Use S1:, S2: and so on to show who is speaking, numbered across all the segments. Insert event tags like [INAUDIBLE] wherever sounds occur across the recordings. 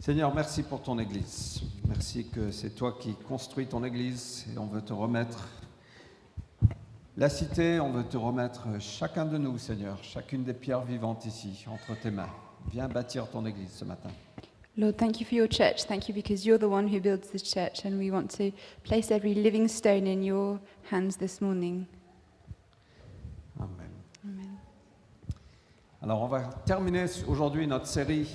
S1: Seigneur, merci pour ton Église. Merci que c'est toi qui construis ton Église et on veut te remettre la cité, on veut te remettre chacun de nous, Seigneur, chacune des pierres vivantes ici, entre tes mains. Viens bâtir ton Église ce matin.
S2: Lord, thank you for your church. Thank you because you're the one who builds this church, and we want to place every living stone in your hands this morning.
S1: Amen.
S2: Amen.
S1: Alors on va terminer aujourd'hui notre série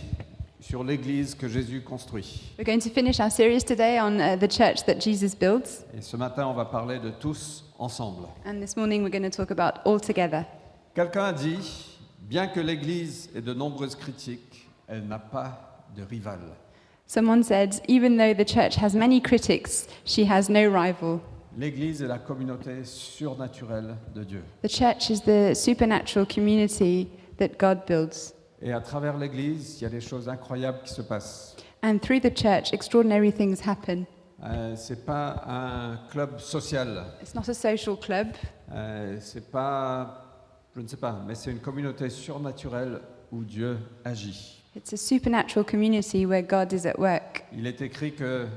S1: sur l'Église que Jésus construit.
S2: We're going to finish our series today on uh, the church that Jesus builds,
S1: Et ce matin, on va parler de tous ensemble.
S2: and this morning we're going to talk about all together.
S1: Quelqu'un a dit, bien que l'Église ait de nombreuses critiques, elle n'a pas de rival.
S2: Someone said, even though the church has many critics, she has no rival.
S1: L'Église est la communauté surnaturelle de Dieu.
S2: The church is the supernatural community that God builds,
S1: Et à travers l'Église, il y a des choses incroyables qui se passent.
S2: and through the church, extraordinary things happen.
S1: Euh, c'est pas un club social.
S2: It's not a social club.
S1: Euh, c'est pas, je ne sais pas, mais c'est une communauté surnaturelle où Dieu agit.
S2: It's a supernatural community where God is at work.
S1: Il est écrit que,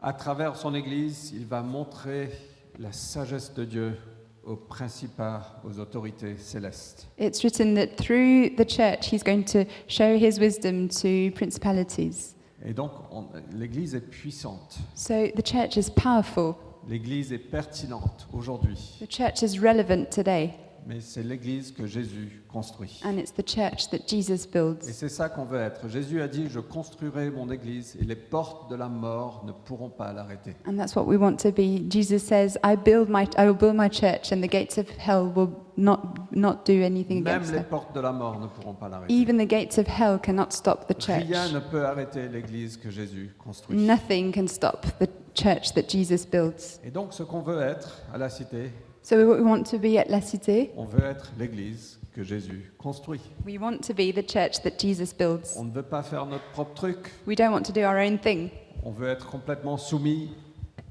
S1: à travers son Église, il va montrer la sagesse de Dieu aux principats, aux autorités célestes.
S2: It's written that through the church he's going to show his wisdom to principalities.
S1: Et donc, on- l'Église est puissante.
S2: So the church is powerful.
S1: L'Église est pertinente aujourd'hui.
S2: The church is relevant today,
S1: Mais c'est l'Église que Jésus construit.
S2: and it's the church that Jesus
S1: Et
S2: builds.
S1: c'est ça qu'on veut être. Jésus a dit, je construirai mon Église et les portes de la mort ne pourront pas l'arrêter.
S2: And that's what we want to be. Jesus says, I, build my, I will build my church, and the gates of hell will not, not do anything
S1: Même
S2: against
S1: les
S2: her.
S1: portes de la mort ne pourront pas l'arrêter.
S2: Even the gates of hell cannot stop the church.
S1: Rien ne peut arrêter l'Église que Jésus construit.
S2: Nothing can stop the church that Jesus builds.
S1: Et donc ce qu'on veut être à la cité,
S2: So what we want to be at La Cité,
S1: on veut être l'Église que Jésus construit.
S2: we want to be the church that Jesus builds.
S1: On ne veut pas faire notre propre truc.
S2: We don't want to do our own thing.
S1: On veut être complètement soumis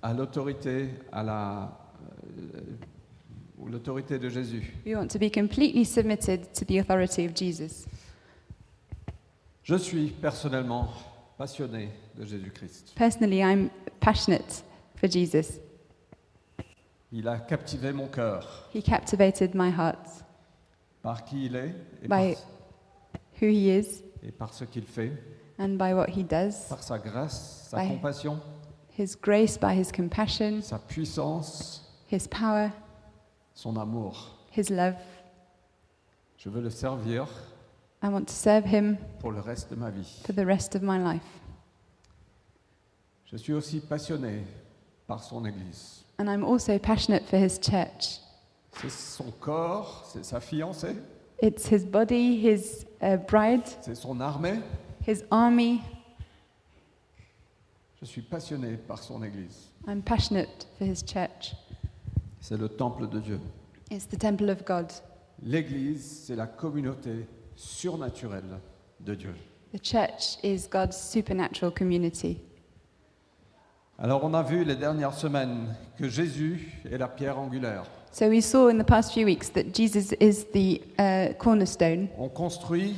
S1: à l'autorité, à la euh, l'autorité de Jésus.
S2: We want to be completely submitted to the authority of Jesus.
S1: Je suis personnellement passionné de Jésus-Christ.
S2: Personally, I'm passionate for Jesus.
S1: Il a captivé mon cœur
S2: He captivated my heart,
S1: par qui il est et,
S2: By-
S1: par,
S2: who he is,
S1: et par ce qu'il fait,
S2: and by what he does,
S1: par sa grâce, sa
S2: By-
S1: compassion,
S2: his grace, by his compassion,
S1: sa puissance,
S2: his power,
S1: son amour.
S2: his love.
S1: Je veux le servir
S2: I want to serve him
S1: pour le reste de ma vie.
S2: for the rest of my life.
S1: Je suis aussi passionné par son Église.
S2: And I'm also passionate for his church.
S1: C'est son corps, c'est sa fiancée,
S2: It's his body, his uh, bride,
S1: c'est son armée.
S2: his army.
S1: Je suis passionné par son Église.
S2: I'm passionate for his church.
S1: C'est le temple de Dieu.
S2: It's the temple of God.
S1: L'Église, c'est la communauté surnaturelle de Dieu.
S2: The church is God's supernatural community.
S1: Alors on a vu les dernières semaines que Jésus est la pierre angulaire.
S2: So we saw in the past few weeks that Jesus is the uh, cornerstone.
S1: On construit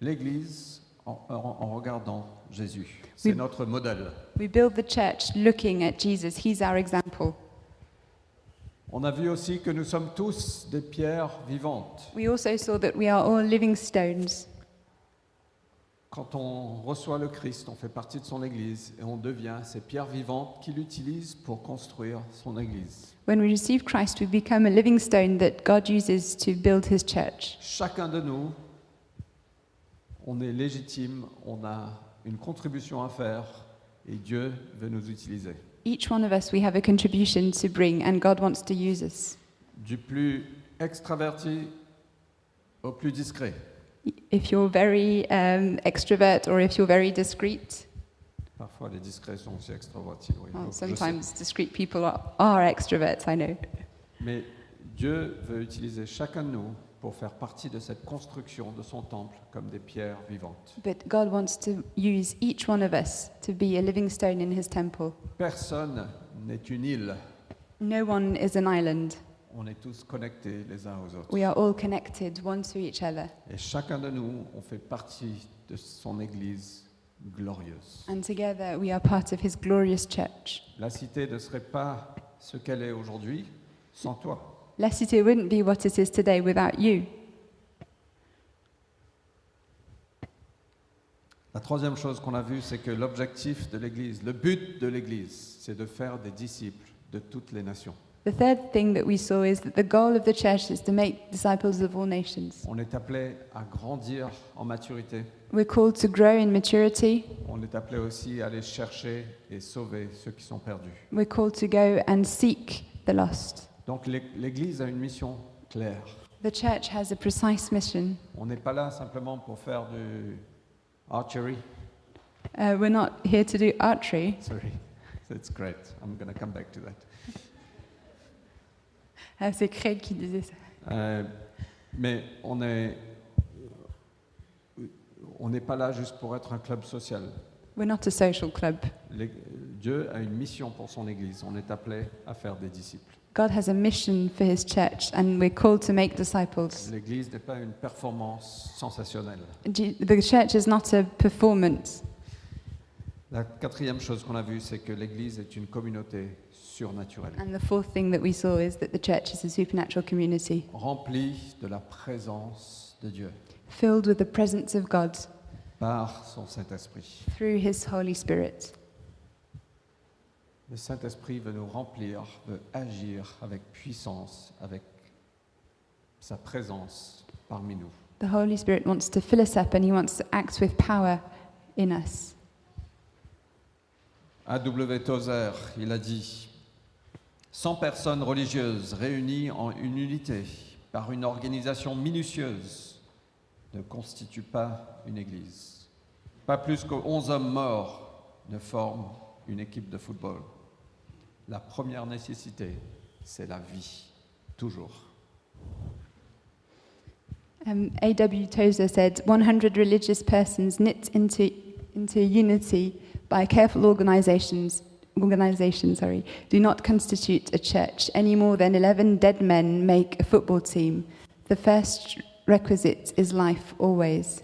S1: l'Église en, en- en regardant Jésus. C'est
S2: Oui.
S1: notre modèle.
S2: We build the church looking at Jesus. He's our example.
S1: On a vu aussi que nous sommes tous des pierres vivantes.
S2: We also saw that we are all living stones.
S1: Quand on reçoit le Christ, on fait partie de son Église et on devient ces pierres vivantes qu'il utilise pour construire son Église.
S2: When we receive Christ, we become a living stone that God uses to build his church.
S1: Chacun de nous, on est légitime, on a une contribution à faire et Dieu veut nous utiliser.
S2: Each one of us, we have a contribution to bring, and God wants to use us.
S1: Du plus extraverti au plus discret.
S2: If you're very um, extrovert or if you're very discreet,
S1: Parfois, les discrets sont aussi extravertis. oui.
S2: well,
S1: Je sais.
S2: Ah, sometimes discreet people are, are extroverts, I know.
S1: Mais Dieu veut utiliser chacun de nous pour faire partie de cette construction de son temple comme des pierres vivantes.
S2: But God wants to use each one of us to be a living stone in his temple.
S1: Personne n'est une île.
S2: No one is an island.
S1: On est tous connectés les uns aux autres.
S2: We are all connected, one to each other.
S1: Et chacun de nous, on fait partie de son Église glorieuse.
S2: And together we are part of his glorious church.
S1: La cité ne serait pas ce qu'elle est aujourd'hui sans toi.
S2: La Cité wouldn't be what it is today without you.
S1: La troisième chose qu'on a vue, c'est que l'objectif de l'Église, le but de l'Église, c'est de faire des disciples de toutes les nations.
S2: The third thing that we saw is that the goal of the church is to make disciples of all nations.
S1: On est appelé à grandir en maturité.
S2: We're called to grow in maturity.
S1: On est appelé aussi à aller chercher et sauver ceux qui sont perdus.
S2: We're called to go and seek the lost.
S1: Donc l'É- l'Église a une mission claire.
S2: The church has a precise mission.
S1: On n'est pas là simplement pour faire du archery.
S2: Uh, we're not here to do archery.
S1: Sorry, that's great. I'm going to come back to that.
S2: Ah, C'est Craig qui disait ça.
S1: Euh, mais on est, on n'est pas là juste pour être un club social.
S2: We're not a social club.
S1: L'É- Dieu a une mission pour son Église. On est appelé à faire des disciples.
S2: God has a mission for his church, and we're called to make disciples.
S1: L'Église n'est pas une performance sensationnelle.
S2: G- The church is not a performance.
S1: La quatrième chose qu'on a vue, c'est que l'Église est une communauté surnaturelle,
S2: And the fourth thing that we saw is that the church is a supernatural community
S1: remplie de la présence de Dieu
S2: filled with the presence of God
S1: par son Saint-Esprit.
S2: through his Holy Spirit.
S1: Le Saint-Esprit veut nous remplir, veut agir avec puissance, avec sa présence parmi nous.
S2: The Holy Spirit wants to fill us up and he wants to act with power in us.
S1: A.W. Tozer, il a dit 100 personnes religieuses réunies en une unité par une organisation minutieuse ne constituent pas une église. Pas plus que 11 hommes morts ne forment une équipe de football. La première nécessité, c'est la vie, toujours.
S2: Um, A.W. Tozer said 100 religious persons knit into, into unity by careful organizations, organization, sorry, do not constitute a church any more than 11 dead men make a football team. The first requisite is life always.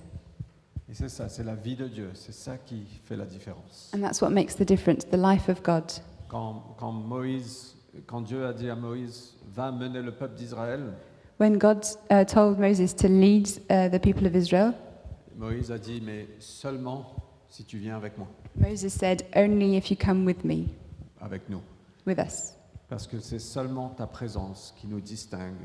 S1: Et c'est ça, c'est la vie de Dieu, c'est ça qui fait la différence.
S2: And that's what makes the difference the life of God.
S1: Quand, quand Moïse, quand Dieu a dit à Moïse, va mener le peuple d'Israël,
S2: When God uh, told Moses to lead uh, the people of Israel,
S1: Moïse a dit, mais seulement si tu viens avec moi,
S2: Moses said, Only if you come with me,
S1: avec nous.
S2: with us.
S1: Parce que c'est seulement ta présence qui nous distingue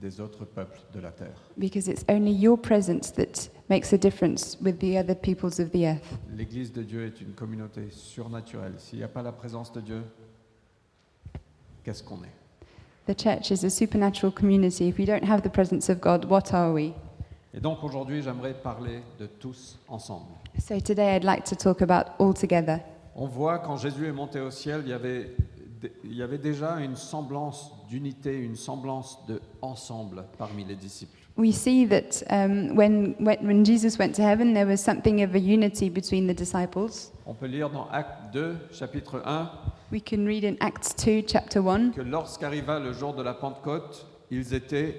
S1: des autres peuples de la terre.
S2: Because it's only your presence that makes a difference with the other peoples of the earth.
S1: L'Église de Dieu est une communauté surnaturelle. S'il n'y a pas la présence de Dieu, qu'est-ce qu'on est
S2: The church is a supernatural community. If we don't have the presence of God, what are we?
S1: Et donc aujourd'hui, j'aimerais parler de tous ensemble.
S2: So today I'd like to talk about all together.
S1: On voit quand Jésus est monté au ciel, il y avait, il y avait déjà une semblance d'unité, une semblance de ensemble parmi les disciples.
S2: We see that um, when, when, when Jesus went to heaven, there was something of a unity between the disciples.
S1: On peut lire dans Acte 2, chapitre 1,
S2: We can read in Acts 2, chapter 1,
S1: que lorsqu'arriva le jour de la Pentecôte, ils étaient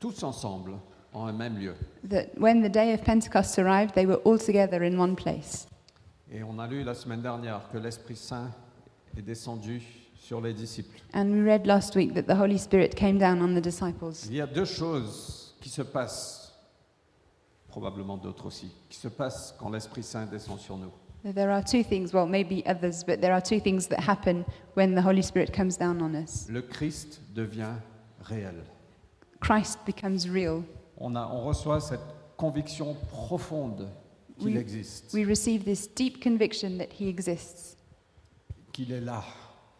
S1: tous ensemble en un même lieu.
S2: that when the day of Pentecost arrived, they were all together in one place.
S1: Et on a lu la semaine dernière que l'Esprit Saint est descendu sur les disciples.
S2: And we read last week that the Holy Spirit came down on the disciples.
S1: Il y a deux choses qui se passent, probablement d'autres aussi, qui se passent quand l'Esprit Saint descend sur nous.
S2: There are two things, well, maybe others, but there are two things that happen when the Holy Spirit comes down on us.
S1: Le Christ devient réel.
S2: Christ becomes real.
S1: On, a- on reçoit cette conviction profonde qu'il
S2: Oui.
S1: existe,
S2: We receive this deep conviction that He exists,
S1: qu'il est là.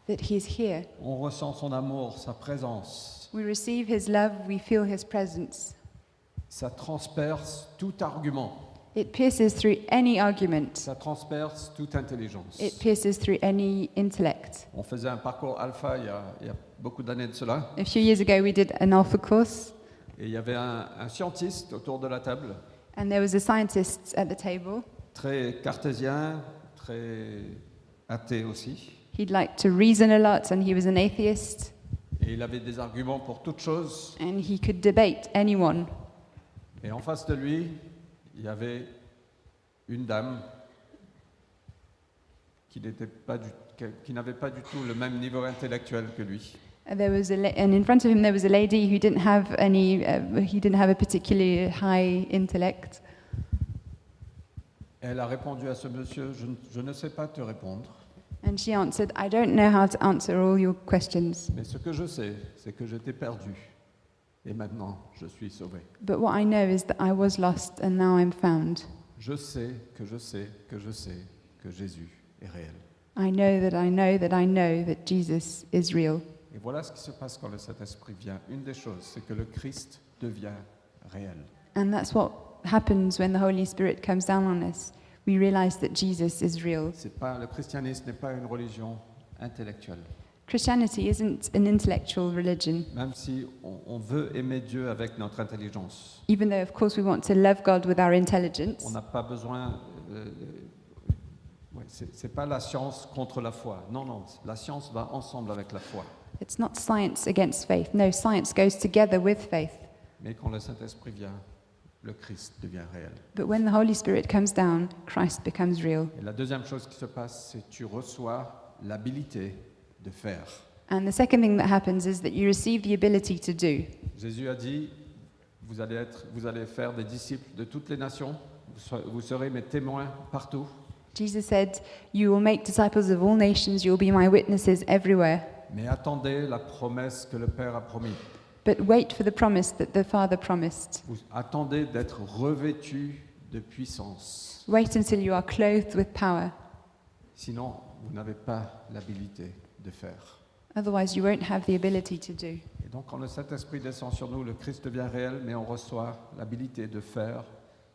S2: that He is here.
S1: On ressent son amour, sa présence.
S2: We receive His love, we feel His presence.
S1: Ça transperce tout argument,
S2: It pierces through any argument,
S1: ça transperce toute intelligence.
S2: it pierces through any intellect.
S1: On faisait un parcours alpha il y a, il y a beaucoup d'années de cela,
S2: A few years ago, we did an alpha course,
S1: et il y avait un, un scientiste autour de la table,
S2: and there was a scientist at the table.
S1: très cartésien, très athée aussi,
S2: He'd like to reason a lot, and he was an atheist,
S1: et il avait des arguments pour toutes choses,
S2: and he could debate anyone.
S1: et en face de lui, il y avait une dame qui n'était pas du- qui n'avait pas du tout le même niveau intellectuel que lui.
S2: And there was a la- and in front of him there was a lady who didn't have any. Uh, he didn't have a particularly high intellect,
S1: Elle a répondu à ce monsieur, je, ne- je ne sais pas te répondre,
S2: and she answered, "I don't know how to answer all your questions,
S1: mais ce que je sais, c'est que j'étais perdu et maintenant je suis sauvé.
S2: but what I know is that I was lost and now I'm found.
S1: Je sais que je sais que je sais que Jésus est réel.
S2: I know that I know that I know that Jesus is real."
S1: Et voilà ce qui se passe quand le Saint-Esprit vient. Une des choses, c'est que le Christ devient réel.
S2: And that's what happens when the Holy Spirit comes down on us. We realize that Jesus is real.
S1: C'est pas, le christianisme n'est pas une religion intellectuelle.
S2: Christianity isn't an intellectual religion,
S1: Même si on, on veut aimer Dieu avec notre intelligence,
S2: even though, of course, we want to love God with our
S1: on
S2: intelligence.
S1: n'a pas besoin. euh, ouais, c'est c'est pas la science contre la foi. Non, non. La science va ensemble avec la foi.
S2: It's not science against faith. No, science goes together with faith.
S1: Mais quand le Saint-Esprit vient, le Christ devient réel.
S2: But when the Holy Spirit comes down, Christ becomes real.
S1: Et la deuxième chose qui se passe, c'est que tu reçois l'habilité de faire.
S2: And the second thing that happens is that you receive the ability to do.
S1: Jésus a dit, vous allez, être, vous allez faire des disciples de toutes les nations, vous serez, vous serez mes témoins partout.
S2: Jesus said, You will make disciples of all nations, you will be my witnesses everywhere.
S1: Mais attendez la promesse que le Père a promis.
S2: But wait for the promise that the Father promised.
S1: Vous attendez d'être revêtus de puissance.
S2: Wait until you are clothed with power,
S1: Sinon, vous n'avez pas l'habilité de faire.
S2: otherwise, you won't have the ability to do.
S1: Et donc, quand le Saint-Esprit descend sur nous, le Christ devient réel, mais on reçoit l'habilité de faire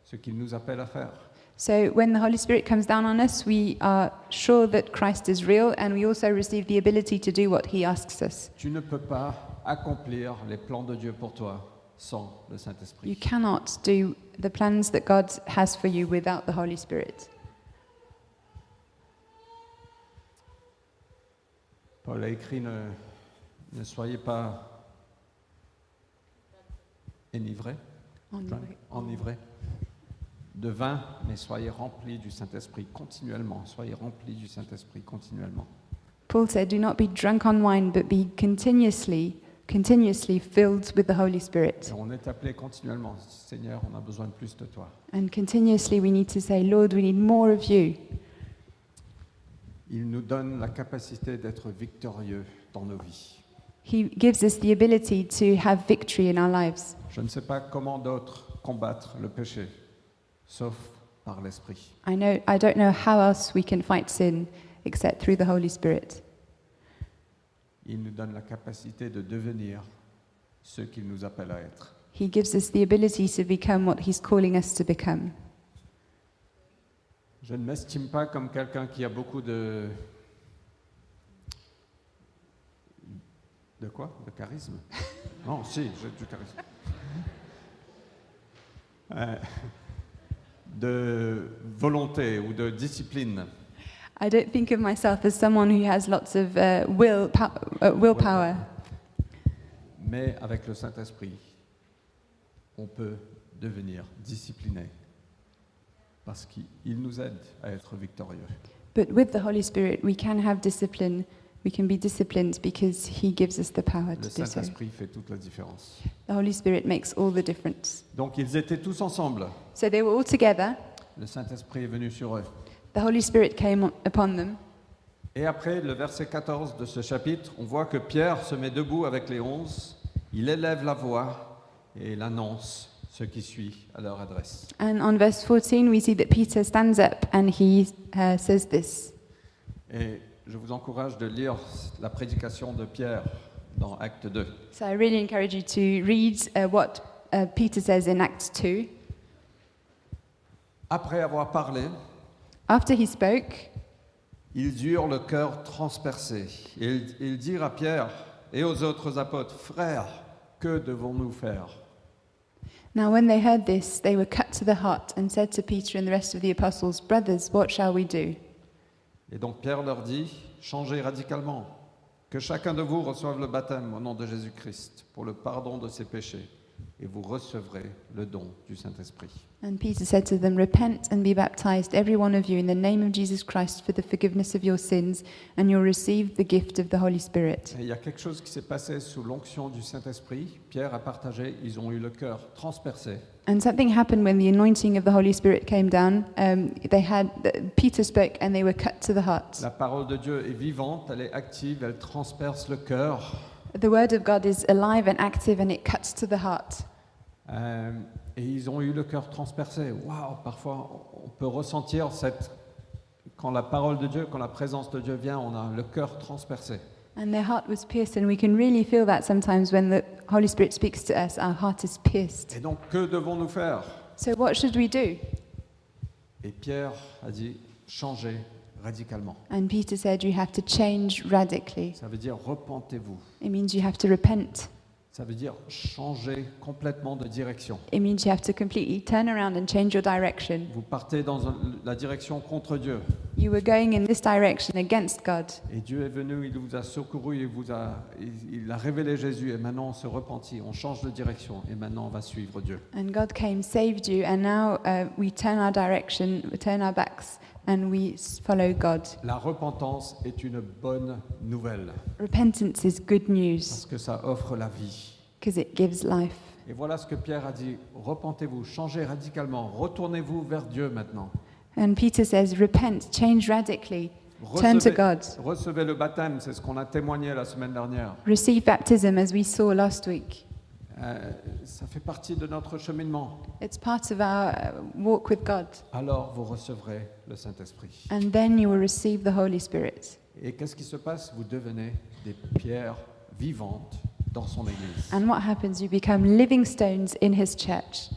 S1: ce qu'il nous appelle à faire.
S2: So, when the Holy Spirit comes down on us, we are sure that Christ is real and we also receive the ability to do what He asks us.
S1: Tu ne peux pas accomplir les plans de Dieu pour toi sans le
S2: You
S1: Saint-Esprit.
S2: cannot do the plans that God has for you without the Holy Spirit.
S1: Paul a écrit ne, ne soyez pas enivrés, enivrés de vin, mais soyez remplis du Saint-Esprit continuellement. Soyez remplis du Saint-Esprit continuellement.
S2: Paul said, Do not be drunk on wine, but be continuously, continuously filled with the Holy
S1: Et
S2: Spirit.
S1: on est appelé continuellement. Seigneur, on a besoin de plus de toi.
S2: And continuously, we need to say, Lord, we need more of you.
S1: Il nous donne la capacité d'être victorieux dans nos vies.
S2: He gives us the ability to have victory in our lives.
S1: Je ne sais pas comment d'autres combattre le péché, sauf par l'Esprit.
S2: I know I don't know how else we can fight sin except through the Holy Spirit.
S1: Il nous donne la capacité de devenir ce qu'il nous appelle à être.
S2: He gives us the ability to become what he's calling us to become.
S1: Je ne m'estime pas comme quelqu'un qui a beaucoup de... De quoi De charisme Non, si, j'ai du charisme. Euh, de volonté ou de discipline.
S2: I don't think of myself as someone who has lots of uh, will pow- uh, willpower,
S1: Mais avec le Saint-Esprit, on peut devenir discipliné parce qu'il nous aide à être victorieux.
S2: but with the Holy Spirit we can have discipline. We can be disciplined because he gives us the power
S1: Le
S2: to do so.
S1: Saint-Esprit fait toute la différence.
S2: The Holy Spirit makes all the difference.
S1: Donc ils étaient tous ensemble.
S2: So they were all together.
S1: Le Saint-Esprit est venu sur eux.
S2: The Holy Spirit came on, upon them.
S1: Et après le verset 14 de ce chapitre, on voit que Pierre se met debout avec les onze, il élève la voix et il annonce ce qui suit à leur adresse.
S2: And on verse 14, we see that Peter stands up and he uh, says this.
S1: Et je vous encourage de lire la prédication de Pierre dans Acte 2.
S2: So I really encourage you to read uh, what uh, Peter says in Acts 2.
S1: Après avoir parlé,
S2: After he spoke,
S1: Ils eurent le cœur transpercé. Ils, ils dirent à Pierre et aux autres apôtres, Frères, que devons-nous faire
S2: now when they heard this, they were cut to the heart and said to Peter and the rest of the apostles, Brothers, what shall we do?
S1: Et donc Pierre leur dit, Changez radicalement, que chacun de vous reçoive le baptême au nom de Jésus-Christ pour le pardon de ses péchés, et vous recevrez le don du Saint-Esprit.
S2: And Peter said to them, Repent and be baptized, every one of you, in the name of Jesus Christ for the forgiveness of your sins, and you'll receive the gift of the Holy Spirit.
S1: Et il y a quelque chose qui s'est passé sous l'onction du Saint-Esprit. Pierre a partagé, ils ont eu le cœur transpercé.
S2: And something happened when the anointing of the Holy Spirit came down. Um, they had th- Peter spoke, and they were cut to the heart.
S1: La parole de Dieu est vivante, elle est active, elle transperce le cœur.
S2: The word of God is alive and active, and it cuts to the heart.
S1: Euh, et ils ont eu le cœur transpercé. Waouh, parfois on peut ressentir cette... Quand la parole de Dieu, quand la présence de Dieu vient, on a le cœur transpercé.
S2: And their heart was pierced, and we can really feel that sometimes when the Holy Spirit speaks to us, our heart is pierced.
S1: Et donc, que devons-nous faire
S2: So, what should we do?
S1: Et Pierre a dit, changez radicalement.
S2: And Peter said, You have to change radically.
S1: Ça veut dire repentez-vous.
S2: It means you have to repent,
S1: Ça veut dire changer complètement de direction.
S2: it means you have to completely turn around and change your direction.
S1: Vous partez dans un- la direction contre Dieu.
S2: You were going in this direction against God,
S1: Et Dieu est venu, il vous a secouru, il, vous a, il, il a révélé Jésus. Et maintenant, on se repentit, on change de direction. Et maintenant, on va suivre Dieu.
S2: and God came, saved you, and now uh, we turn our direction, we turn our backs, and we s- follow God.
S1: La repentance est une bonne nouvelle
S2: Repentance is good news
S1: parce que ça offre la vie.
S2: because it gives life.
S1: Et voilà ce que Pierre a dit. Repentez-vous, changez radicalement, retournez-vous vers Dieu maintenant.
S2: And Peter says, Repent, change radically, turn to
S1: Recevez,
S2: God.
S1: recevez le baptême, c'est ce qu'on a témoigné la semaine dernière.
S2: Receive baptism as we saw last week.
S1: Euh, ça fait partie de notre cheminement.
S2: It's part of our uh, walk with God.
S1: Alors vous recevrez le Saint-Esprit.
S2: And then you will receive the Holy Spirit.
S1: Et qu'est-ce qui se passe Vous devenez des pierres vivantes dans son Église.
S2: And what happens? You become living stones in His church.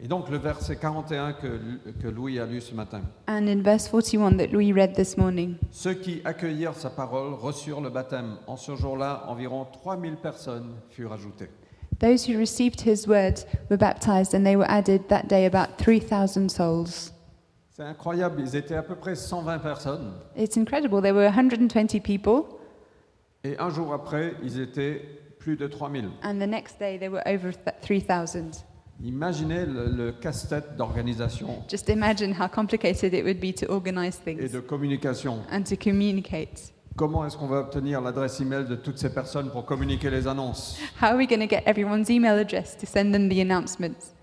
S1: Et donc le verset 41 que, que Louis a lu ce matin.
S2: And in verse 41 that Louis read this morning,
S1: Ceux qui accueillirent sa parole reçurent le baptême. En ce jour-là, environ 3000 personnes furent ajoutées.
S2: those who received His word were baptized, and they were added that day about 3,000 souls.
S1: C'est incroyable, ils étaient à peu près 120 personnes.
S2: It's incredible. There were 120 people,
S1: Et un jour après, ils étaient plus de 3000.
S2: and the next day there were over th- 3,000.
S1: Imaginez le, le casse-tête d'organisation
S2: Just imagine how complicated it would be to organize
S1: et
S2: things
S1: de communication.
S2: and to communicate.
S1: Comment est-ce qu'on va obtenir l'adresse email de toutes ces personnes pour communiquer les annonces
S2: How are we going to get everyone's email address to send them the announcements?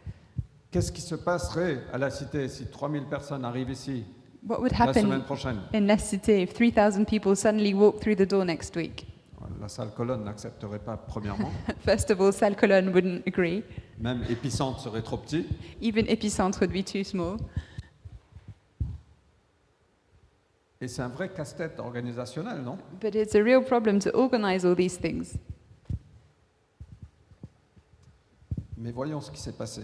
S1: Qu'est-ce qui se passerait à la cité si 3000 personnes arrivent ici
S2: What would
S1: la semaine
S2: happen
S1: prochaine
S2: in Leicester City if 3,000 people suddenly walked through the door next week? [LAUGHS]
S1: La salle colonne n'accepterait pas, premièrement.
S2: First of all, Salle Cologne wouldn't agree.
S1: Même Épicentre serait trop petit.
S2: Even Epicentre would be too small.
S1: Et c'est un vrai casse-tête organisationnel, non
S2: But it's a real problem to organize all these things.
S1: Mais voyons ce qui s'est passé,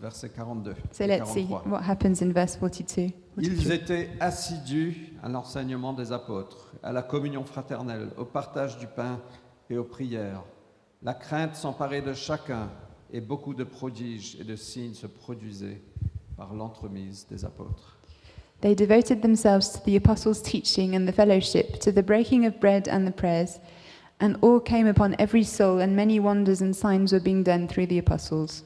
S1: verset 42.
S2: So
S1: et
S2: let's see
S1: 43.
S2: what happens in verse 42.
S1: Ils étaient assidus à l'enseignement des apôtres, à la communion fraternelle, au partage du pain et aux prières. La crainte s'emparait de chacun et beaucoup de prodiges et de signes se produisaient par l'entremise des apôtres.
S2: They devoted themselves to the apostles' teaching and the fellowship, to the breaking of bread and the prayers. And awe came upon every soul, and many wonders and signs were being done through the apostles.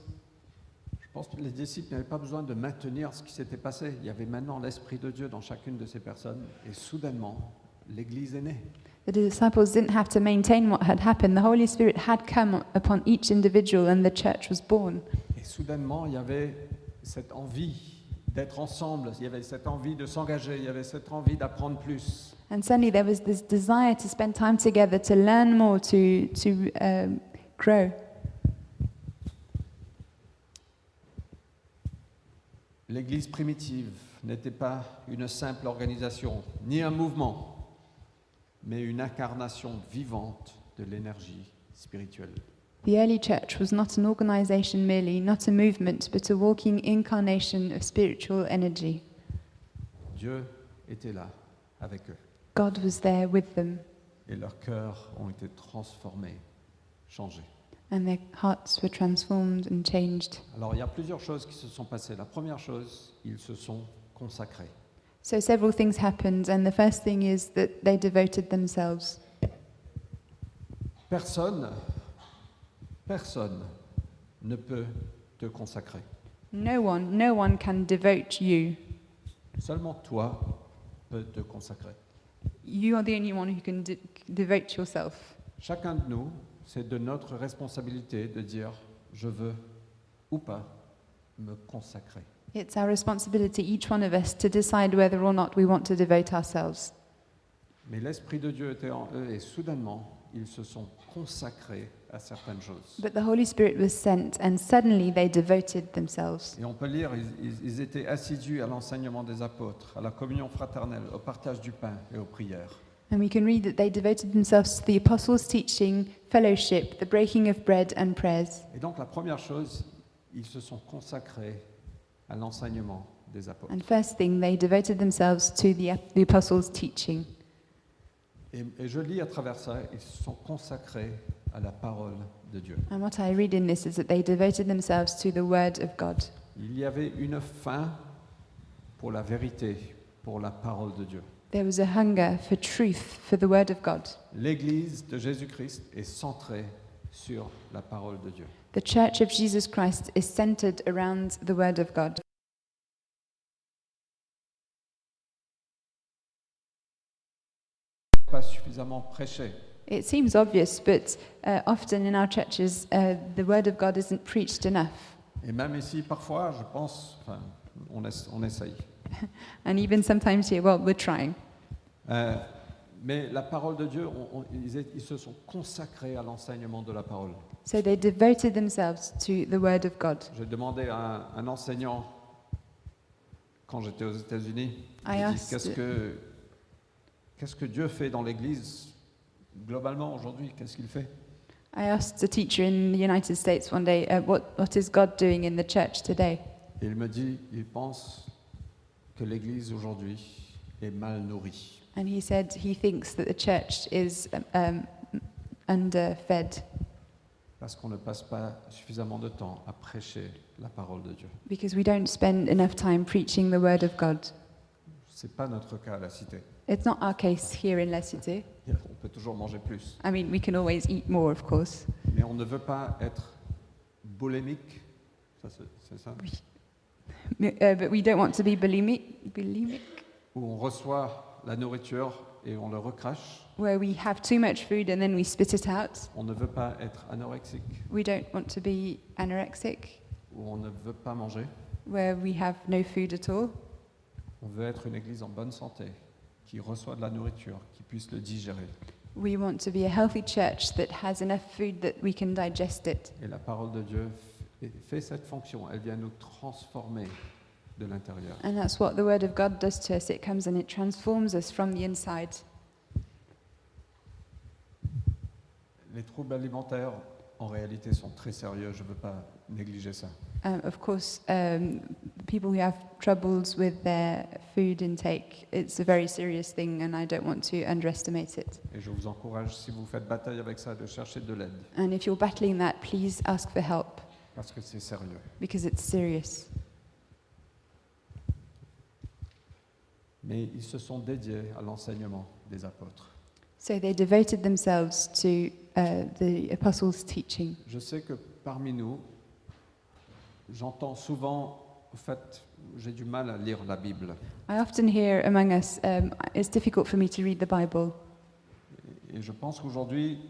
S1: Je pense que les disciples n'avaient pas besoin de maintenir ce qui s'était passé. Il y avait maintenant l'Esprit de Dieu dans chacune de ces personnes et soudainement, l'Église est née.
S2: The disciples didn't have to maintain what had happened. The Holy Spirit had come upon each individual, and the church was born.
S1: Et soudainement, il y avait cette envie d'être ensemble, il y avait cette envie de s'engager, il y avait cette envie d'apprendre plus.
S2: And suddenly there was this desire to spend time together, to learn more, to, to um, grow.
S1: L'Église primitive n'était pas une simple organisation, ni un mouvement, mais une incarnation vivante de l'énergie spirituelle.
S2: The early church was not an organization merely, not a movement, but a walking incarnation of spiritual energy.
S1: Dieu était là avec eux
S2: God was there with them,
S1: et leurs cœurs ont été transformés, changés.
S2: and their hearts were transformed and changed.
S1: Alors il y a plusieurs choses qui se sont passées. La première chose, ils se sont consacrés.
S2: So several things happened, and the first thing is that they devoted themselves.
S1: Personne personne ne peut te consacrer.
S2: No one, no one can devote you.
S1: Seulement toi peux te consacrer.
S2: You are the only one who can de- devote yourself.
S1: Chacun de nous, c'est de notre responsabilité de dire je veux ou pas me consacrer.
S2: It's our responsibility, each one of us, to decide whether or not we want to devote ourselves.
S1: Mais l'Esprit de Dieu était en eux et soudainement, ils se sont consacrés à certaines choses.
S2: But the Holy Spirit was sent, and suddenly they devoted themselves.
S1: Et on peut lire, ils, ils- ils étaient assidus à l'enseignement des apôtres, à la communion fraternelle, au partage du pain et aux prières.
S2: And we can read that they devoted themselves to the apostles' teaching, fellowship, the breaking of bread, and prayers.
S1: Et donc la première chose, ils se sont consacrés à l'enseignement des apôtres.
S2: And first thing, they devoted themselves to the, the apostles' teaching.
S1: Et, et je lis à travers ça, ils se sont consacrés à la parole de Dieu.
S2: And what I read in this is that they devoted themselves to the word of God.
S1: Il y avait une faim pour la vérité, pour la parole de Dieu.
S2: There was a hunger for truth, for the word of God.
S1: L'Église de Jésus-Christ est centrée sur la parole de Dieu.
S2: The church of Jesus Christ is centered around the word of God.
S1: Pas suffisamment prêché.
S2: It seems obvious, but uh, often in our churches, uh, the word of God isn't preached enough.
S1: Et même ici, parfois, je pense, enfin, on, es- on essaye.
S2: And even sometimes here, well, we're trying.
S1: Euh, mais la parole de Dieu, on- on- ils, est- ils se sont consacrés à l'enseignement de la parole.
S2: So they devoted themselves to the word of God.
S1: J'ai demandé à un, un enseignant, quand j'étais aux États-Unis,
S2: I
S1: j'ai dit,
S2: asked-
S1: qu'est-ce que, qu'est-ce que Dieu fait dans l'Église globalement aujourd'hui Qu'est-ce qu'il fait
S2: I asked a teacher in the United States one day, uh, what, what is God doing in the church today?
S1: Et il me dit, il pense que l'Église aujourd'hui est mal nourrie.
S2: And he said he thinks that the church is um, underfed
S1: Parce qu'on ne passe pas suffisamment de temps à prêcher la parole de Dieu.
S2: because we don't spend enough time preaching the word of God.
S1: C'est pas notre cas à la cité.
S2: It's not our case here in La Cité.
S1: On peut toujours manger plus.
S2: I mean, we can always eat more, of course.
S1: Mais on ne veut pas être bolémique. Ça, c'est- c'est ça
S2: M- uh, but we don't want to be bulimic, bulimic,
S1: Où on reçoit la nourriture et on le recrache.
S2: where we have too much food and then we spit it out.
S1: On ne veut pas être anorexique.
S2: We don't want to be anorexic,
S1: Où on ne veut pas manger.
S2: where we have no food at all.
S1: On veut être une église en bonne santé, qui reçoit de la nourriture, qui puisse le digérer.
S2: We want to be a healthy church that has enough food that we can digest it.
S1: Et la parole de Dieu fait- fait cette fonction. Elle vient nous transformer de l'intérieur.
S2: And that's what the Word of God does to us. It comes and it transforms us from the inside.
S1: Les troubles alimentaires, en réalité, sont très sérieux. Je ne veux pas négliger ça.
S2: Um, of course, um, people who have troubles with their food intake, it's a very serious thing, and I don't want to underestimate it.
S1: Et je vous encourage, si vous faites bataille avec ça, de chercher de l'aide,
S2: And if you're battling that, please ask for help
S1: parce que c'est sérieux.
S2: because it's serious.
S1: Mais ils se sont dédiés à l'enseignement des apôtres.
S2: So they devoted themselves to uh, the apostles' teaching.
S1: Je sais que parmi nous, j'entends souvent, en fait, j'ai du mal à lire la Bible.
S2: I often hear among us, um, it's difficult for me to read the Bible.
S1: Et je pense qu'aujourd'hui,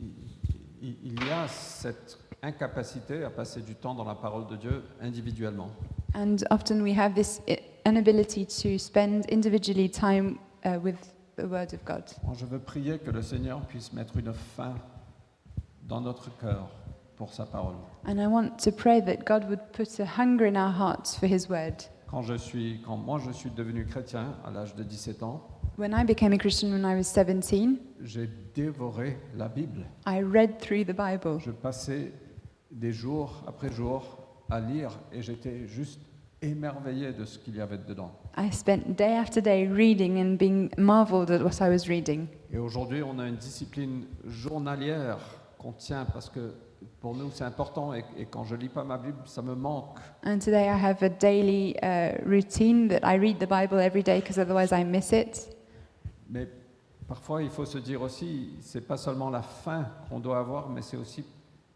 S1: il- il il y a cette incapacité à passer du temps dans la parole de Dieu individuellement.
S2: And often we have this i- inability to spend individually time uh, with the Word of God.
S1: Moi, je veux prier que le Seigneur puisse mettre une fin dans notre cœur pour sa parole.
S2: And I want to pray that God would put a hunger in our hearts for His Word.
S1: Quand, je suis, quand moi je suis devenu chrétien à l'âge de 17 ans,
S2: When I became a Christian when I was 17,
S1: j'ai dévoré la Bible.
S2: I read through the Bible.
S1: Je passais des jours après jour à lire et j'étais juste émerveillé de ce qu'il y avait dedans.
S2: I spent day after day reading and being marveled at what I was reading.
S1: Et aujourd'hui, on a une discipline journalière qu'on tient parce que pour nous, c'est important. Et, et quand je lis pas ma Bible, ça me manque.
S2: And today I have a daily uh, routine that I read the Bible every day because otherwise I miss it.
S1: Mais parfois, il faut se dire aussi, c'est pas seulement la faim qu'on doit avoir, mais c'est aussi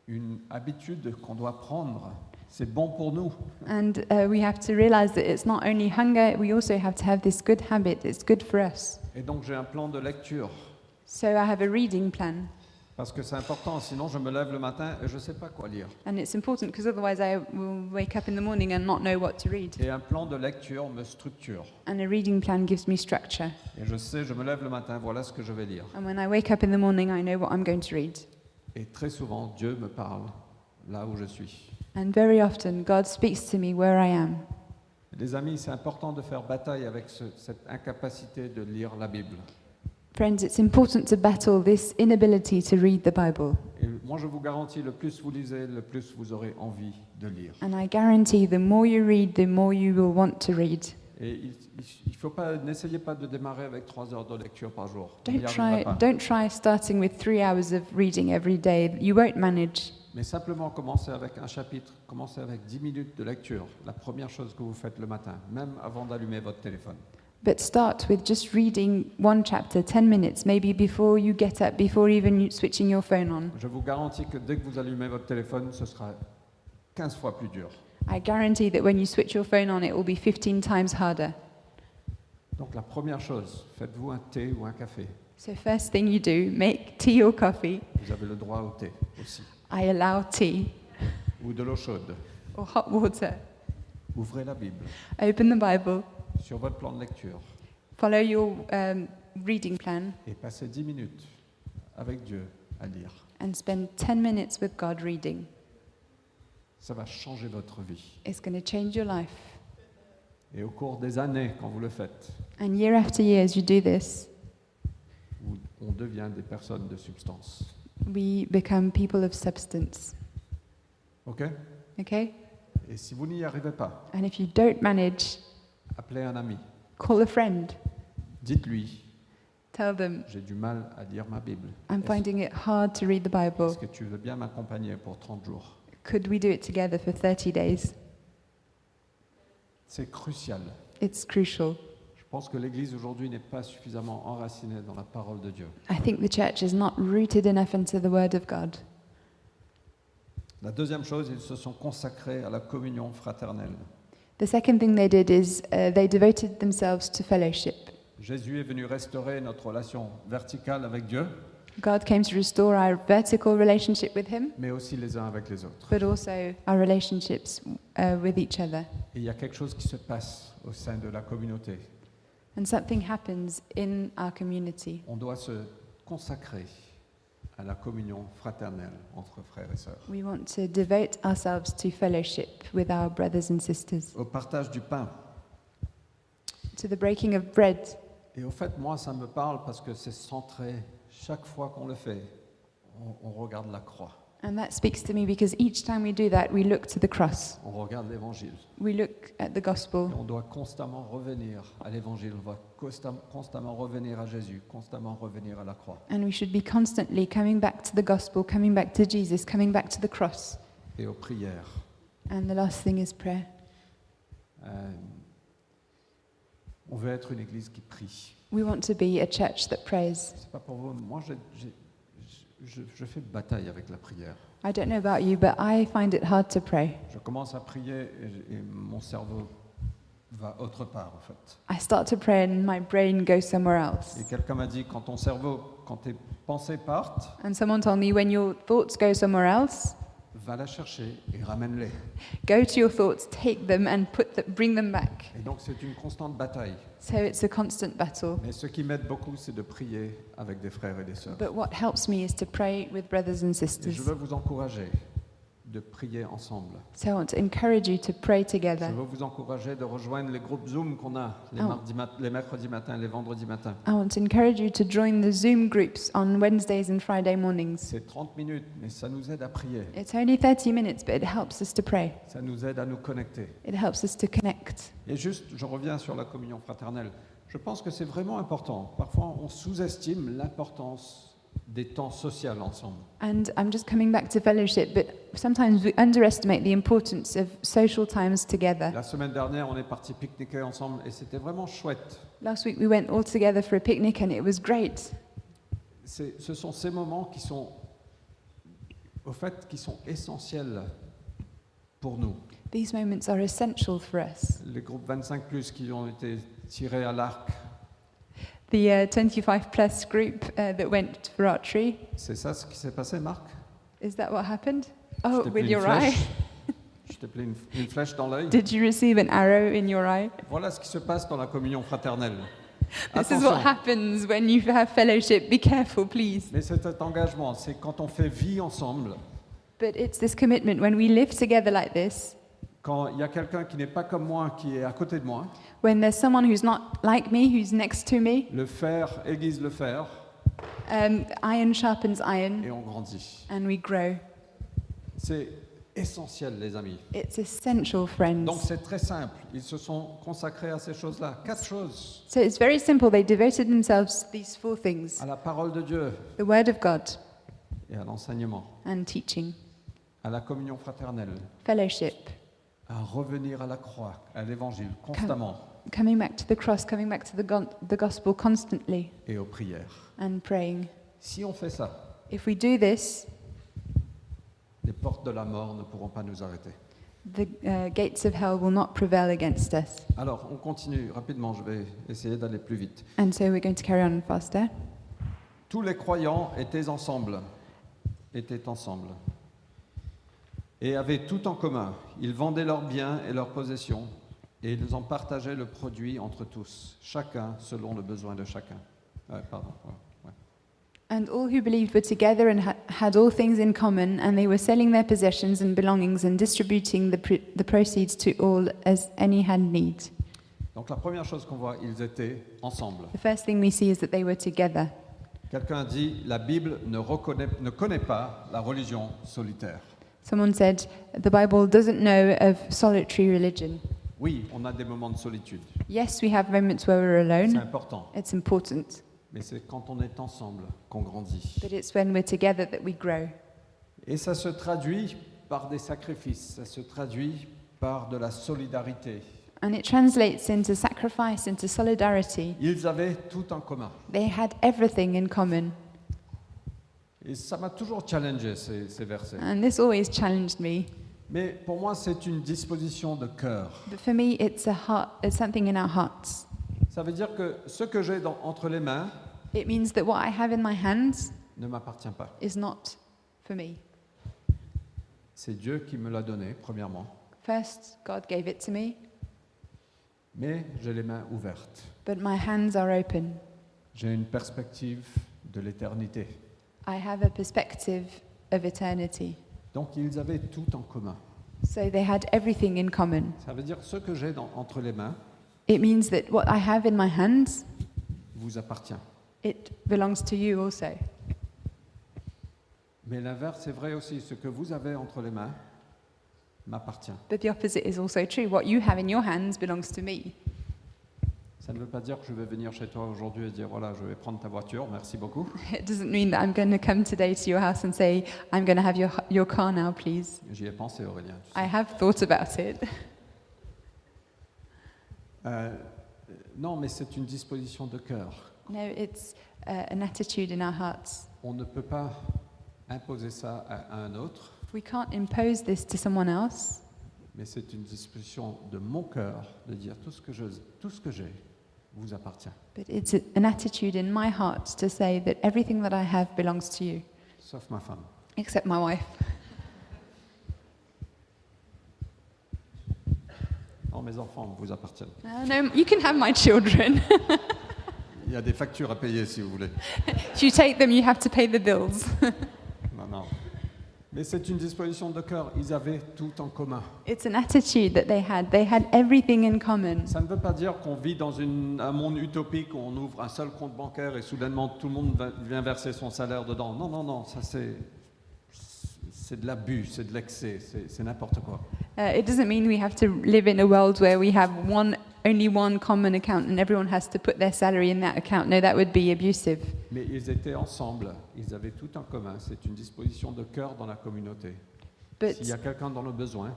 S1: une habitude qu'on doit prendre. C'est bon pour nous.
S2: And uh, we have to realize that it's not only hunger, we also have to have this good habit. It's good for us.
S1: Et donc j'ai un plan de lecture.
S2: So I have a reading plan,
S1: Parce que c'est important, sinon je me lève le matin et je ne sais pas quoi lire.
S2: and it's important because otherwise I will wake up in the morning and not know what to read.
S1: Et un plan de lecture me structure.
S2: And a reading plan gives me structure.
S1: Et je sais, je me lève le matin, voilà ce que je vais lire.
S2: And when I wake up in the morning, I know what I'm going to read.
S1: Et très souvent, Dieu me parle là où je suis.
S2: And very often, God speaks to me where I am.
S1: Les amis, c'est important de faire bataille avec ce- cette incapacité de lire la Bible.
S2: Friends, it's important to battle this inability to read the Bible.
S1: Et moi, je vous garantis, le plus vous lisez, le plus vous aurez envie de lire.
S2: And I guarantee the more you read, the more you will want to read.
S1: Et il- il ne faut pas, n'essayez pas de démarrer avec trois heures de lecture par jour. Vous n'y
S2: Don't
S1: arriverez
S2: try,
S1: pas.
S2: don't try starting with three hours of reading every day. You won't manage.
S1: Mais simplement commencez avec un chapitre, commencez avec 10 minutes de lecture, la première chose que vous faites le matin, même avant d'allumer votre téléphone.
S2: But start with just reading one chapter, 10 minutes, maybe before you get up, before even you- switching your phone on.
S1: Je vous garantis que dès que vous allumez votre téléphone, ce sera 15 fois plus dur.
S2: I guarantee that when you switch your phone on, it will be 15 times harder.
S1: Donc la première chose, faites-vous un thé ou un café.
S2: So, first thing you do, make tea or coffee.
S1: Vous avez le droit au thé aussi.
S2: I allow tea
S1: Ou de l'eau chaude.
S2: or hot water.
S1: Ouvrez la Bible
S2: Open the Bible,
S1: sur votre plan de lecture
S2: follow your um, reading plan,
S1: et passez 10 minutes avec Dieu à lire.
S2: and spend 10 minutes with God reading.
S1: Ça va changer votre vie.
S2: It's going to change your life.
S1: Et au cours des années, quand vous le faites,
S2: And year after year, as you do this,
S1: vous- on devient des personnes de substance.
S2: we become people of substance.
S1: OK
S2: Okay?
S1: Et si vous n'y arrivez pas,
S2: And if you don't manage,
S1: appelez un ami.
S2: call a friend.
S1: Dites-lui,
S2: Tell them,
S1: j'ai du mal à lire ma Bible.
S2: I'm
S1: Est-ce-
S2: finding it hard to read the
S1: Est-ce
S2: Bible.
S1: que tu veux bien m'accompagner pour 30 jours
S2: Could we do it together for 30 days?
S1: C'est crucial.
S2: It's crucial.
S1: Je pense que l'Église aujourd'hui n'est pas suffisamment enracinée dans la parole de Dieu.
S2: I think the church is not rooted enough into the Word of God.
S1: La deuxième chose, ils se sont consacrés à la communion fraternelle.
S2: The second thing they did is uh, they devoted themselves to fellowship.
S1: Jésus est venu restaurer notre relation verticale avec Dieu,
S2: God came to restore our vertical relationship with Him,
S1: mais aussi les uns avec les autres.
S2: but also our relationships uh, with each other.
S1: Et il y a quelque chose qui se passe au sein de la communauté.
S2: And something happens in our community.
S1: On doit se consacrer à la communion fraternelle entre frères et sœurs.
S2: We want to devote ourselves to fellowship with our brothers and sisters,
S1: au partage du pain.
S2: to the breaking of bread.
S1: Et au fait, moi, ça me parle parce que c'est centré. Chaque fois qu'on le fait, on, on regarde la croix,
S2: And that speaks to me because each time we do that, we look to the cross,
S1: on regarde l'évangile.
S2: we look at the
S1: Et
S2: gospel,
S1: on doit constamment revenir à l'évangile, on doit constam- constamment revenir à Jésus, constamment revenir à la croix.
S2: and we should be constantly coming back to the gospel, coming back to Jesus, coming back to the cross.
S1: Et aux prières.
S2: And the last thing is prayer.
S1: Euh, on veut être une église qui prie.
S2: We want to be a church that prays.
S1: C'est pas pour vous. Moi, j'ai- j'ai- je, je fais bataille avec la prière.
S2: I don't know about you, but I find it hard to pray.
S1: Je commence à prier et- et mon cerveau va autre part, en fait.
S2: I start to pray and my brain goes somewhere else.
S1: Et quelqu'un m'a dit, quand ton cerveau, quand tes pensées partent,
S2: And someone told me when your thoughts go somewhere else,
S1: va la chercher et ramène-les.
S2: go to your thoughts, take them, and put the, bring them back.
S1: Et donc c'est une constante bataille.
S2: So it's a constant battle.
S1: Mais ce qui m'aide beaucoup, c'est de prier avec des frères et des sœurs.
S2: But what helps me is to pray with brothers and
S1: Et je
S2: sisters.
S1: veux vous encourager de prier ensemble.
S2: So I want to encourage you to pray
S1: Je
S2: together.
S1: veux vous encourager de rejoindre les groupes Zoom qu'on a les,
S2: Ah.
S1: mardis mat- les mercredis matins, les vendredis matins.
S2: I want to encourage you to join the Zoom groups on Wednesdays and Friday mornings.
S1: C'est 30 minutes, mais ça nous aide à prier.
S2: It's only 30 minutes, but it helps us to pray.
S1: Ça nous aide à nous connecter.
S2: It helps us to connect.
S1: Et juste, je reviens sur la communion fraternelle. Je pense que c'est vraiment important. Parfois, on sous-estime l'importance des temps sociaux ensemble.
S2: And I'm just coming back to fellowship, but sometimes we underestimate the importance of social times together.
S1: La semaine dernière, on est parti pique-niquer ensemble et c'était vraiment chouette.
S2: Last week we went all together for a picnic and it was great.
S1: C'est- Ce sont ces moments qui sont aux faits qui sont essentiels pour nous.
S2: These moments are essential for us.
S1: Les groupes 25 plus qui ont été tirés à l'arc,
S2: The uh, 25 plus group uh, that went for archery,
S1: c'est ça ce qui s'est passé, Marc
S2: is that what happened?
S1: Je
S2: Oh,
S1: t'ai pris
S2: with
S1: une
S2: your eye? [LAUGHS]
S1: flèche. Je t'ai pris une, une flèche dans l'œil.
S2: Did you receive an arrow in your eye?
S1: Voilà ce qui se passe dans la communion fraternelle.
S2: This is
S1: Attention.
S2: what happens when you have fellowship. Be careful, please.
S1: Mais c'est cet engagement, c'est quand on fait vie ensemble,
S2: But it's this commitment when we live together like this,
S1: quand il y a quelqu'un qui n'est pas comme moi, qui est à côté de moi,
S2: when there's someone who's not like me, who's next to me,
S1: le fer aiguise le fer
S2: um, iron sharpens iron
S1: et on grandit.
S2: and we grow.
S1: C'est essentiel, les amis.
S2: It's essential,
S1: Donc
S2: friends.
S1: c'est très simple. Ils se sont consacrés à ces choses-là. Quatre choses.
S2: So it's very simple. They devoted themselves to these four things
S1: À la parole de Dieu
S2: the Word of God
S1: et à l'enseignement,
S2: and teaching,
S1: à la communion fraternelle,
S2: fellowship,
S1: à revenir à la croix, à l'évangile constamment
S2: coming back to the cross, coming back to the, gon the gospel constantly,
S1: et aux prières.
S2: and praying.
S1: Si on fait ça,
S2: If we do this,
S1: les portes de la mort ne pourront pas nous arrêter.
S2: the uh, gates of hell will not prevail against us.
S1: Alors, on continue rapidement, je vais essayer d'aller plus vite.
S2: And so we're going to carry on faster.
S1: Tous les croyants étaient ensemble, étaient ensemble, et avaient tout en commun. Ils vendaient leurs biens et leurs possessions, et ils en partageaient le produit entre tous, chacun selon le besoin de chacun. Ouais, pardon. ouais, ouais.
S2: And all who believed were together and ha- had all things in common, and they were selling their possessions and belongings and distributing the, pr- the proceeds to all as any had need.
S1: Donc la première chose qu'on voit, ils étaient ensemble.
S2: The first thing we see is that they were together.
S1: Quelqu'un a dit, la Bible ne, reconnaît, ne connaît pas la religion solitaire.
S2: Someone said, The Bible doesn't know of solitary religion.
S1: Oui, on a des moments de solitude,
S2: Yes, we have moments where we're
S1: c'est
S2: alone,
S1: important,
S2: it's important,
S1: mais c'est quand on est ensemble qu'on grandit.
S2: but it's when we're together that we grow.
S1: Et ça se traduit par des sacrifices, ça se traduit par de la solidarité.
S2: And it translates into sacrifice, into solidarity.
S1: Ils avaient tout en commun.
S2: They had everything in common.
S1: Et ça m'a toujours challengé, ces, ces versets.
S2: And this always challenged me.
S1: Mais pour moi, c'est une disposition de cœur.
S2: But for me, it's a heart, it's something in our hearts.
S1: Ça veut dire que ce que j'ai dans- entre les mains
S2: It means that what I have in my hands
S1: ne m'appartient pas.
S2: is not for me.
S1: C'est Dieu qui me l'a donné, premièrement.
S2: First, God gave it to me,
S1: Mais j'ai les mains ouvertes.
S2: but my hands are open.
S1: J'ai une perspective de l'éternité.
S2: I have a perspective of eternity.
S1: Donc ils avaient tout en commun.
S2: So they had everything in common.
S1: Ça veut dire ce que j'ai dans- entre les mains
S2: It means that what I have in my hands,
S1: vous appartient.
S2: it belongs to you also.
S1: Mais l'inverse est vrai aussi. Ce que vous avez entre les mains m'appartient.
S2: But the opposite is also true. What you have in your hands belongs to me. [LAUGHS]
S1: Ça ne veut pas dire que je vais venir chez toi aujourd'hui et dire voilà, je vais prendre ta voiture, merci beaucoup.
S2: It doesn't mean that I'm going to come today to your house and say, I'm going to have your, your car now, please.
S1: J'y ai pensé, Aurélien. tu sais.
S2: I have thought about it. [LAUGHS]
S1: Euh, euh, non, mais c'est une disposition de cœur.
S2: No, it's uh, an attitude in our hearts.
S1: On ne peut pas imposer ça à, à un autre,
S2: We can't impose this to someone else,
S1: mais c'est une disposition de mon cœur de dire tout ce que je, tout ce que j'ai vous appartient.
S2: but it's a- an attitude in my heart to say that everything that I have belongs to you,
S1: Sauf ma femme.
S2: except my wife.
S1: Non, mes enfants vous appartiennent.
S2: No, no, you can have my children. [LAUGHS]
S1: Il y a des factures à payer si vous voulez.
S2: if you take them, you have to pay the bills.
S1: Non, non. Mais c'est une disposition de cœur. Ils avaient tout en commun.
S2: It's an attitude that they had. They had everything in common.
S1: Ça ne veut pas dire qu'on vit dans une- un monde utopique où on ouvre un seul compte bancaire et soudainement tout le monde va- vient verser son salaire dedans. Non, non, non, ça c'est. C'est de l'abus, c'est de l'excès, c'est c'est n'importe quoi.
S2: Uh, it doesn't mean we have to live in a world where we have one, only one common account and everyone has to put their salary in that account. No, that would be abusive.
S1: Mais ils étaient ensemble, ils avaient tout en commun, c'est une disposition de cœur dans la communauté.
S2: But
S1: S'il y a quelqu'un dans le besoin,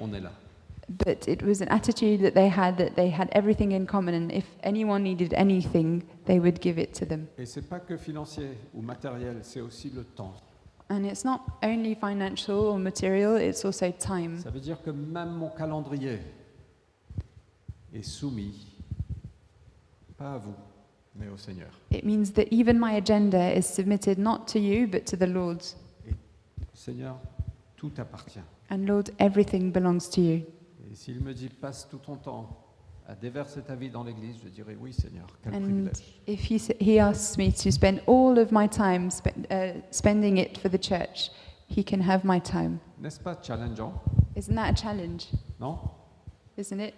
S1: on est là.
S2: But it was an attitude that they had that they had everything in common, and if anyone needed anything, they would give it to them.
S1: Et c'est pas que financier ou matériel, c'est aussi le temps.
S2: And it's not only financial or material, it's also time.
S1: Ça veut dire que même mon calendrier est soumis, pas à vous, mais au Seigneur.
S2: It means that even my agenda is submitted not to you, but to the Lord.
S1: Seigneur, tout appartient.
S2: And Lord, everything belongs to you.
S1: Et s'il me dit passe tout ton temps à déverser ta vie dans l'Église, je dirais oui Seigneur, quel
S2: And-
S1: privilège.
S2: If he, s- he asks me to spend all of my time spe- uh, spending it for the church, he can have my time.
S1: N'est-ce pas challengeant
S2: Isn't that a challenge?
S1: Non
S2: Isn't it?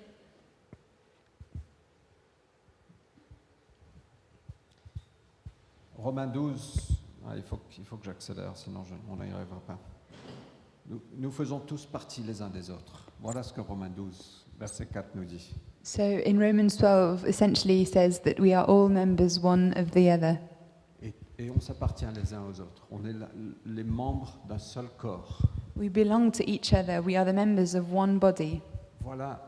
S1: Romains 12, Ah, il, faut, que- il faut que j'accélère, sinon je- on n'y arrivera pas. Nous, nous faisons tous partie les uns des autres. Voilà ce que Romains 12, verset 4 nous dit.
S2: So in Romans 12, essentially he says that we are all members one of the other.
S1: Et, et on s'appartient les uns aux autres. On est la- les membres d'un seul corps.
S2: We belong to each other. We are the members of one body.
S1: Voilà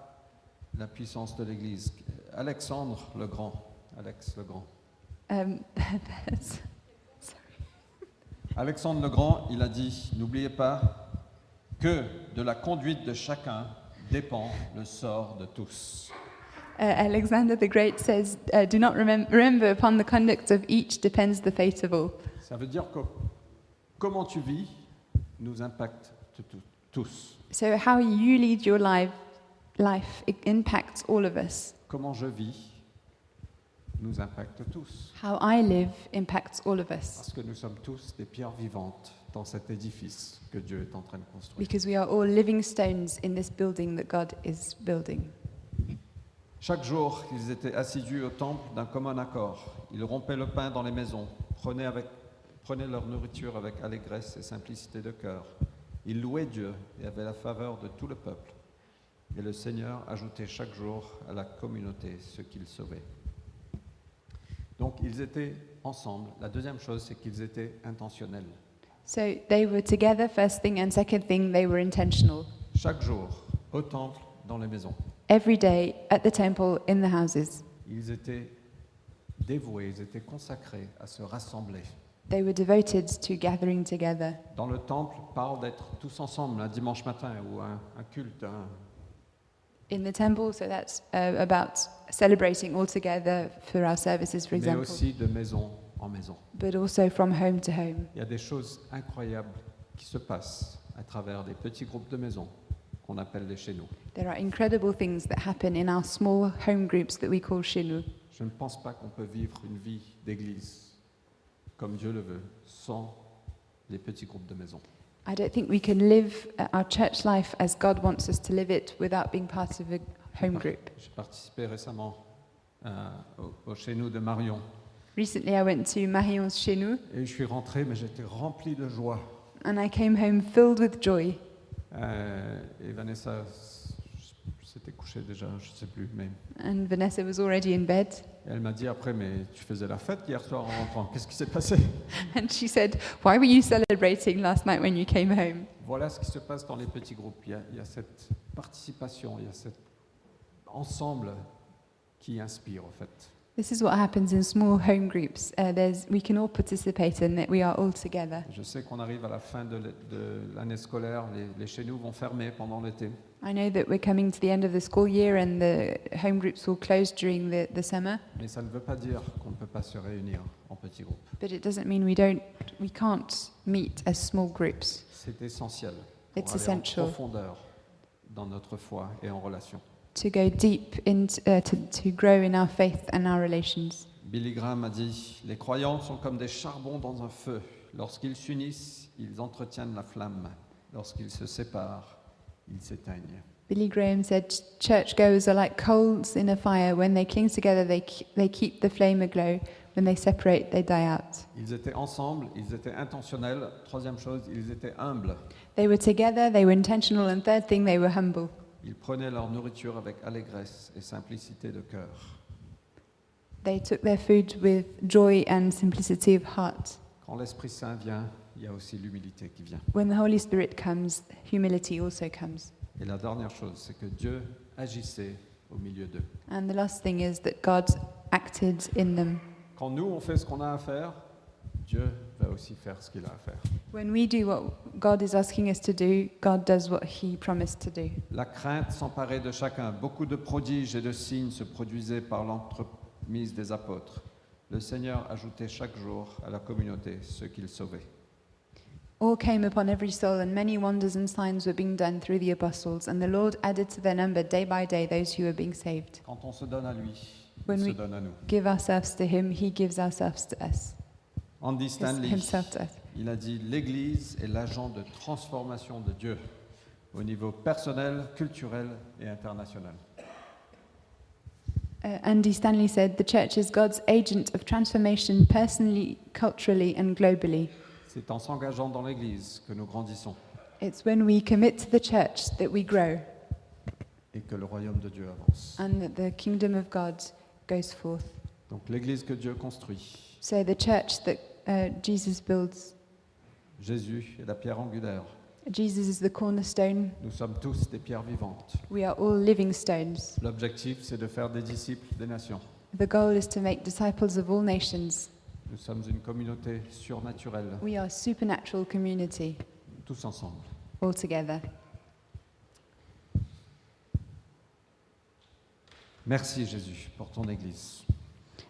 S1: la puissance de l'Église. Alexandre le Grand, Alex le Grand.
S2: Um, that's-
S1: Alexandre le Grand, il a dit, n'oubliez pas que de la conduite de chacun dépend le sort de tous.
S2: uh, Alexander the Great says, uh, Do not remem- remember upon the conduct of each depends the fate of all.
S1: Ça veut dire que comment tu vis nous impacte t- t- tous.
S2: So how you lead your life, life it impacts all of us.
S1: Comment je vis nous impacte tous.
S2: How I live impacts all of us
S1: Parce que nous sommes tous des pierres vivantes dans cet édifice que Dieu est en train de construire.
S2: because we are all living stones in this building that God is building.
S1: Chaque jour, ils étaient assidus au temple d'un commun accord. Ils rompaient le pain dans les maisons, prenaient, avec- prenaient leur nourriture avec allégresse et simplicité de cœur. Ils louaient Dieu et avaient la faveur de tout le peuple. Et le Seigneur ajoutait chaque jour à la communauté ce qu'il sauvait. Donc ils étaient ensemble. La deuxième chose, c'est qu'ils étaient intentionnels.
S2: So they were together, first thing, and second thing, they were intentional.
S1: Chaque jour, au temple, dans les maisons.
S2: Every day at the temple, in the houses,
S1: Ils étaient dévoués, ils étaient consacrés à se rassembler.
S2: they were devoted to gathering together.
S1: dans le temple parle d'être tous ensemble un dimanche matin ou un, un culte. hein, un-
S2: In the temple, so that's uh, about celebrating all together for our services, for
S1: mais
S2: example,
S1: aussi de maison en maison.
S2: but also from home to home.
S1: Il y a des choses incroyables qui se passent à travers des petits groupes de maisons qu'on appelle les chez nous.
S2: There are incredible things that happen in our small home groups that we call shinu.
S1: Je ne pense pas qu'on peut vivre une vie d'église comme Dieu le veut sans les petits groupes de maison.
S2: I don't think we can live uh, our church life as God wants us to live it without being part of a home group.
S1: J'ai participé récemment euh, au, au chez nous de Marion
S2: Recently, I went to Marion's Shinu
S1: et je suis rentré mais j'étais rempli de joie.
S2: and I came home filled with joy.
S1: Euh, et Vanessa s- s'était couchée déjà, je ne sais plus, mais
S2: And Vanessa was already in bed. [LAUGHS]
S1: elle m'a dit après, mais tu faisais la fête hier soir en rentrant, qu'est-ce qui s'est passé
S2: And she said, Why were you celebrating last night when you came home?
S1: Voilà ce qui se passe dans les petits groupes. Il y a, il y a cette participation, il y a cet ensemble qui inspire en fait.
S2: This is what happens in small home groups. Uh, there's, we can all participate in it, we are all together.
S1: Je sais qu'on arrive à la fin de l'- de l'année scolaire, les, les chez nous vont fermer pendant l'été.
S2: I know that we're coming to the end of the school year and the home groups will close during the, the summer,
S1: Mais ça ne veut pas dire qu'on ne peut pas se réunir en petits groupes.
S2: but it doesn't mean we, don't, we can't meet as small groups.
S1: C'est essentiel pour
S2: It's
S1: aller en
S2: essential
S1: profondeur dans notre foi et en relation.
S2: to go deep into uh, to, to grow in our faith and our relations.
S1: Billy Graham a dit Les croyants sont comme des charbons dans un feu. Lorsqu'ils s'unissent, ils entretiennent la flamme. Lorsqu'ils se séparent, ils s'éteignent.
S2: Billy Graham said, Churchgoers are like coals in a fire. When they cling together, they, k- they keep the flame aglow. When they separate, they die out.
S1: Ils étaient ensemble, ils étaient intentionnels. Troisième chose, ils étaient humbles.
S2: They were together, they were intentional, and third thing, they were humble.
S1: Ils prenaient leur nourriture avec allégresse et simplicité de cœur.
S2: They took their food with joy and simplicity of heart.
S1: Quand l'Esprit Saint vient, il y a aussi l'humilité qui vient.
S2: When the Holy Spirit comes, humility also comes.
S1: Et la dernière chose, c'est que Dieu agissait au milieu d'eux.
S2: And the last thing is that God acted in them.
S1: Quand nous, on fait ce qu'on a à faire, Dieu va aussi faire ce qu'il a à faire.
S2: When we do what God is asking us to do, God does what He promised to do.
S1: La crainte s'emparait de chacun. Beaucoup de prodiges et de signes se produisaient par l'entremise des apôtres. Le Seigneur ajoutait chaque jour à la communauté ceux qu'il sauvait.
S2: All came upon every soul, and many wonders and signs were being done through the apostles, and the Lord added to their number day by day those who were being saved.
S1: Quand on se donne à lui,
S2: When
S1: il se
S2: we-
S1: donne à nous.
S2: Give ourselves to Him, He gives ourselves to us,
S1: Andy
S2: His-
S1: Stanley,
S2: Himself to us.
S1: il a dit l'Église est l'agent de transformation de Dieu au niveau personnel, culturel et international.
S2: Uh, Andy Stanley said, The church is God's agent of transformation personally, culturally, and globally.
S1: C'est en s'engageant dans l'Église que nous grandissons
S2: It's when we commit to the church that we grow
S1: et que le royaume de Dieu avance.
S2: and that the kingdom of God goes forth.
S1: Donc l'Église que Dieu construit,
S2: So the church that uh, Jesus builds,
S1: Jésus est la pierre angulaire.
S2: Jesus is the cornerstone.
S1: Nous sommes tous des pierres vivantes.
S2: We are all living stones.
S1: L'objectif, c'est de faire des disciples des nations.
S2: The goal is to make disciples of all nations.
S1: Nous sommes une communauté surnaturelle,
S2: We are a supernatural community
S1: tous ensemble.
S2: all together.
S1: Merci Jésus pour ton Église.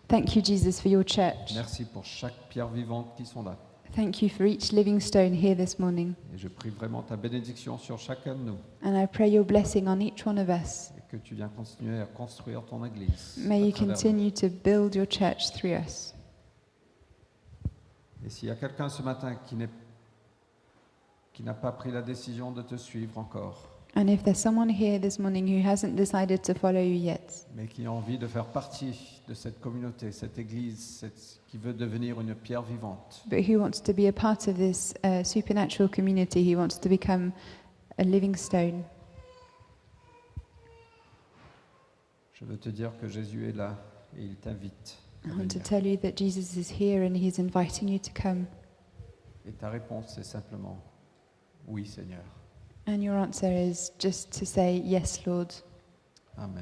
S2: Thank you, Jesus, for your church.
S1: Merci pour chaque pierre vivante qui sont là.
S2: Thank you for each living stone here this morning.
S1: Et je prie vraiment ta bénédiction sur chacun de nous
S2: And I pray your blessing on each one of us.
S1: et que tu viens continuer à construire ton Église. à
S2: May you
S1: travers nous.
S2: continue to build your church through us.
S1: Et s'il y a quelqu'un ce matin qui n'est qui n'a pas pris la décision de te suivre encore,
S2: And if there's someone here this morning who hasn't decided to follow you yet,
S1: mais qui a envie de faire partie de cette communauté, cette église, cette- qui veut devenir une pierre vivante,
S2: but who wants to be a part of this uh, supernatural community, who wants to become a living stone,
S1: je veux te dire que Jésus est là et il t'invite. à
S2: I want to
S1: venir.
S2: tell you that Jesus is here and he's inviting you to come.
S1: Et ta réponse, c'est simplement oui, Seigneur.
S2: And your answer is just to say, Yes, Lord.
S1: Amen.